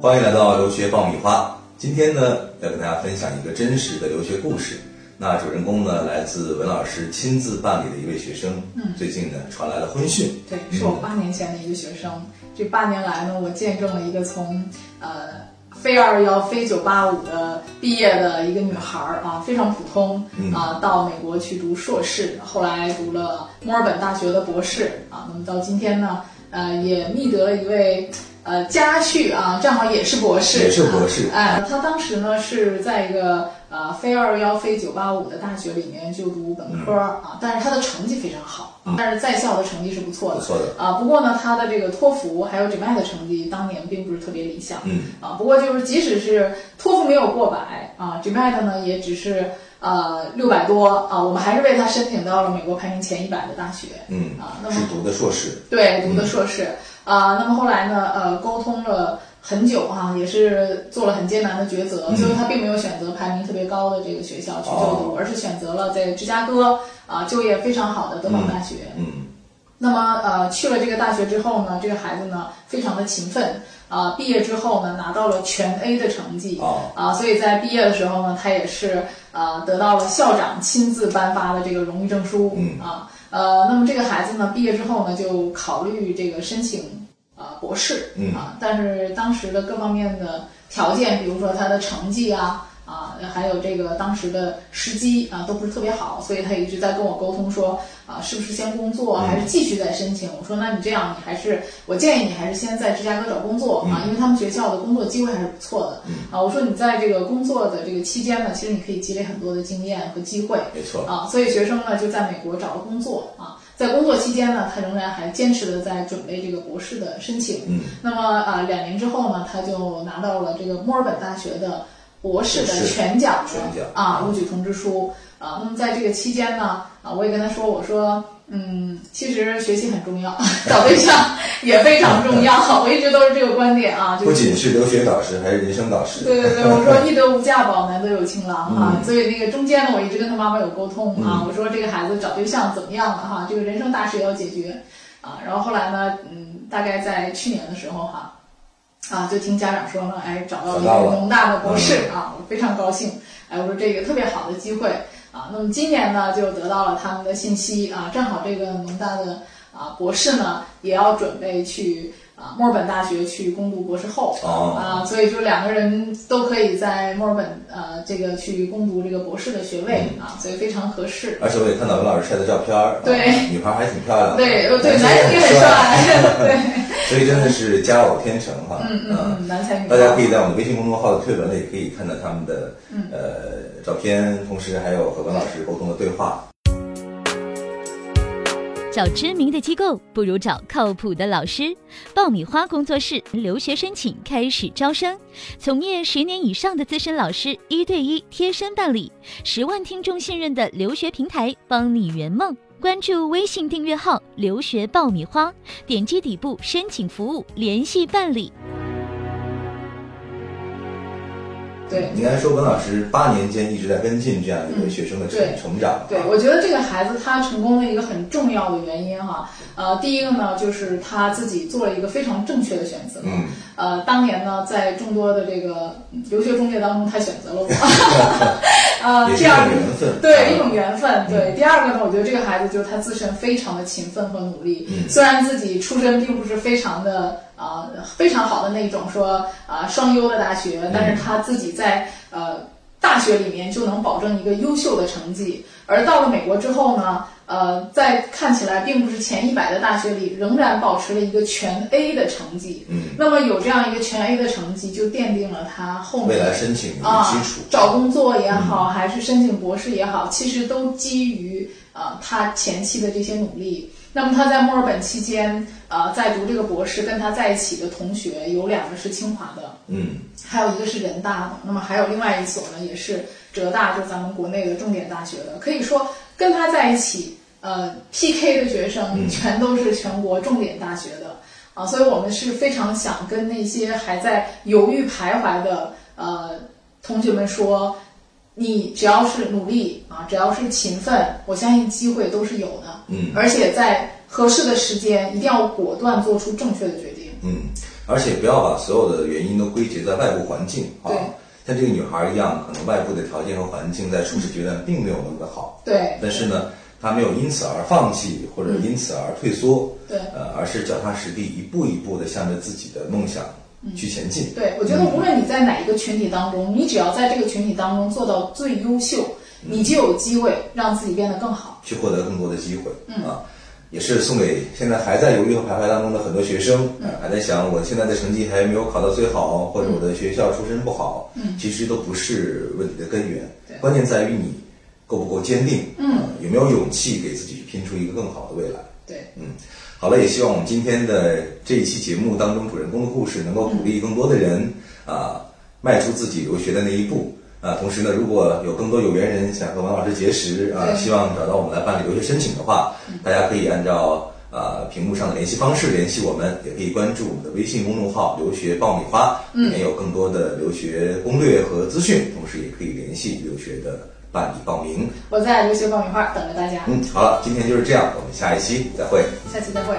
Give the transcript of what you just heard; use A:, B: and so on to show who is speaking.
A: 欢迎来到留学爆米花。今天呢，要跟大家分享一个真实的留学故事。那主人公呢，来自文老师亲自办理的一位学生，
B: 嗯
A: 最近呢传来了婚讯，
B: 对，是我八年前的一个学生。这八年来呢，我见证了一个从呃非二幺非九八五的毕业的一个女孩儿啊，非常普通
A: 嗯
B: 啊，到美国去读硕士，后来读了墨尔本大学的博士啊。那么到今天呢，呃，也觅得了一位呃家婿啊，正好也是博士，
A: 也是博士
B: 哎，他当时呢是在一个呃非二幺非九八五的大学里面就读本科、啊，但是他的成绩非常好，但是在校的成绩是不错
A: 不
B: 的。
A: 错的，
B: 啊，不过呢，他的这个托福还有 GMAT 的成绩当年并不是特别理想，
A: 嗯，
B: 啊，不过就是即使是托福没有过百啊，GMAT 呢也只是呃六百多啊，我们还是为他申请到了美国排名前一百的大学，
A: 嗯
B: 啊，那么
A: 是读的硕士，
B: 对，读的硕士啊、那么后来呢，呃，沟通了很久哈、也是做了很艰难的抉择。最后他并没有选择排名特别高的这个学校去就读，而是选择了在芝加哥啊、就业非常好的德堡大学。
A: 嗯，
B: 那么呃，去了这个大学之后呢，这个孩子呢非常的勤奋啊、毕业之后呢拿到了全 A 的成绩
A: 哦
B: 啊、所以在毕业的时候呢，他也是呃得到了校长亲自颁发的这个荣誉证书
A: 嗯
B: 啊、呃，那么这个孩子呢毕业之后呢，就考虑这个申请啊、博士
A: 嗯
B: 啊、但是当时的各方面的条件，比如说他的成绩啊。啊，还有这个当时的时机啊，都不是特别好，所以他一直在跟我沟通说，啊，是不是先工作，还是继续再申请？我说，那你这样，你还是我建议你还是先在芝加哥找工作啊，因为他们学校的工作机会还是不错的啊。我说你在这个工作的这个期间呢，其实你可以积累很多的经验和机会
A: 没错，
B: 啊。所以学生呢就在美国找了工作啊，在工作期间呢，他仍然还坚持的在准备这个博士的申请。
A: 嗯，
B: 那么啊、呃两年之后呢，他就拿到了这个墨尔本大学的博士
A: 博
B: 的
A: 士
B: 全奖的
A: 全奖
B: 啊录取通知书啊。那么在这个期间呢，啊，我也跟他说，我说。嗯，其实学习很重要， 找对象也非常重要。我一直都是这个观点啊，就
A: 不
B: 是
A: 仅是留学导师，还是人生导师，
B: 对 对对，我说易得无价宝，难得有情郎啊，
A: 嗯
B: 所以那个中间呢，我一直跟他妈妈有沟通啊，我说这个孩子找对象怎么样了哈、这个人生大事也要解决啊。然后后来呢，嗯，大概在去年的时候哈、啊，就听家长说呢，哎，找到了一
A: 找到了嗯
B: 个农大的博士啊，我非常高兴，哎，我说这个特别好的机会啊。那么今年呢，就得到了他们的信息啊，正好这个农大的啊博士呢，也要准备去。啊，墨尔本大学去攻读博士后，
A: 哦，
B: 啊，所以就两个人都可以在墨尔本呃这个去攻读这个博士的学位
A: 嗯
B: 啊，所以非常合适。
A: 而且我也看到文老师晒的照片儿，啊
B: 对
A: 女孩还挺漂亮的，
B: 对，呃对，男
A: 啊生
B: 生也
A: 也
B: 很帅，对，
A: 所以真的是佳偶天成哈， 啊
B: 嗯嗯嗯，男才女貌。
A: 大家可以在我们微信公众号的推文呢，也可以看到他们的、
B: 嗯
A: 呃照片，同时还有和文老师沟通的对话。
C: 找知名的机构，不如找靠谱的老师。爆米花工作室留学申请开始招生，从业十年以上的资深老师，一对一贴身办理，十万听众信任的留学平台，帮你圆梦。关注微信订阅号“留学爆米花”，点击底部申请服务，联系办理。
B: 对
A: 应该说文老师八年间一直在跟进这样一个
B: 嗯
A: 学生的成、
B: 对
A: 成长。
B: 对，我觉得这个孩子他成功的一个很重要的原因哈、呃，第一个呢就是他自己做了一个非常正确的选择。
A: 嗯，
B: 呃，当年呢，在众多的这个嗯留学中介当中，他选择了我。 呃，
A: 也是
B: 这
A: 一
B: 样
A: 种缘分。
B: 对一种缘分。
A: 嗯
B: 对，第二个呢，我觉得这个孩子就是他自身非常的勤奋和努力，
A: 嗯
B: 虽然自己出身并不是非常的啊、呃非常好的那种说啊、双优的大学，
A: 嗯
B: 但是他自己在呃大学里面就能保证一个优秀的成绩，而到了美国之后呢。呃，在看起来并不是前一百的大学里，仍然保持了一个全 A 的成绩。
A: 嗯，
B: 那么有这样一个全 A 的成绩，就奠定了他后
A: 未
B: 面
A: 来申请的
B: 啊
A: 基础。，
B: 找工作也好，还是申请博士也好，其实都基于呃他前期的这些努力。那么他在墨尔本期间，呃，在读这个博士，跟他在一起的同学有两个是清华的，
A: 嗯，
B: 还有一个是人大的，那么还有另外一所呢，也是浙大，就是咱们国内的重点大学的，可以说跟他在一起，呃，PK 的学
A: 嗯
B: 生全都是全国重点大学的、啊，所以我们是非常想跟那些还在犹豫徘徊的呃同学们说，你只要是努力啊，只要是勤奋，我相信机会都是有的，
A: 嗯
B: 而且在合适的时间，一定要果断做出正确的决定，
A: 嗯，而且不要把所有的原因都归结在外部环境啊
B: 对。
A: 像这个女孩一样，可能外部的条件和环境在初始阶段并没有那么的好，
B: 对
A: 但是呢，她没有因此而放弃或
B: 嗯
A: 者因此而退缩，
B: 对
A: 呃，而是脚踏实地，一步一步的向着自己的梦想去前进。
B: 对，我觉得无论你在哪一个群体当中，你只要在这个群体当中做到最优秀，你就有机会让自己变得更好。
A: 去获得更多的机会、啊，也是送给现在还在犹豫和徘徊当中的很多学生，呃还在想我现在的成绩还没有考到最好，或者我的学校出身不好，嗯，其实都不是问题的根源，
B: 对
A: 关键在于你够不够坚定，嗯、有没有勇气给自己去拼出一个更好的未来。
B: 对，
A: 好了，也希望我们今天的这一期节目当中，主人公的故事能够鼓励更多的人啊，迈出自己留学的那一步啊。同时呢，如果有更多有缘人想和王老师结识啊，
B: 对
A: 希望找到我们来办理留学申请的话，大家可以按照啊屏幕上的联系方式联系我们，也可以关注我们的微信公众号“留学爆米花”，里面有更多的留学攻略和资讯，同时也可以联系留学的办理报名。嗯
B: 我在留学爆米花等着大家，
A: 嗯，好了，今天就是这样，我们下一期再会。
B: 下期再会。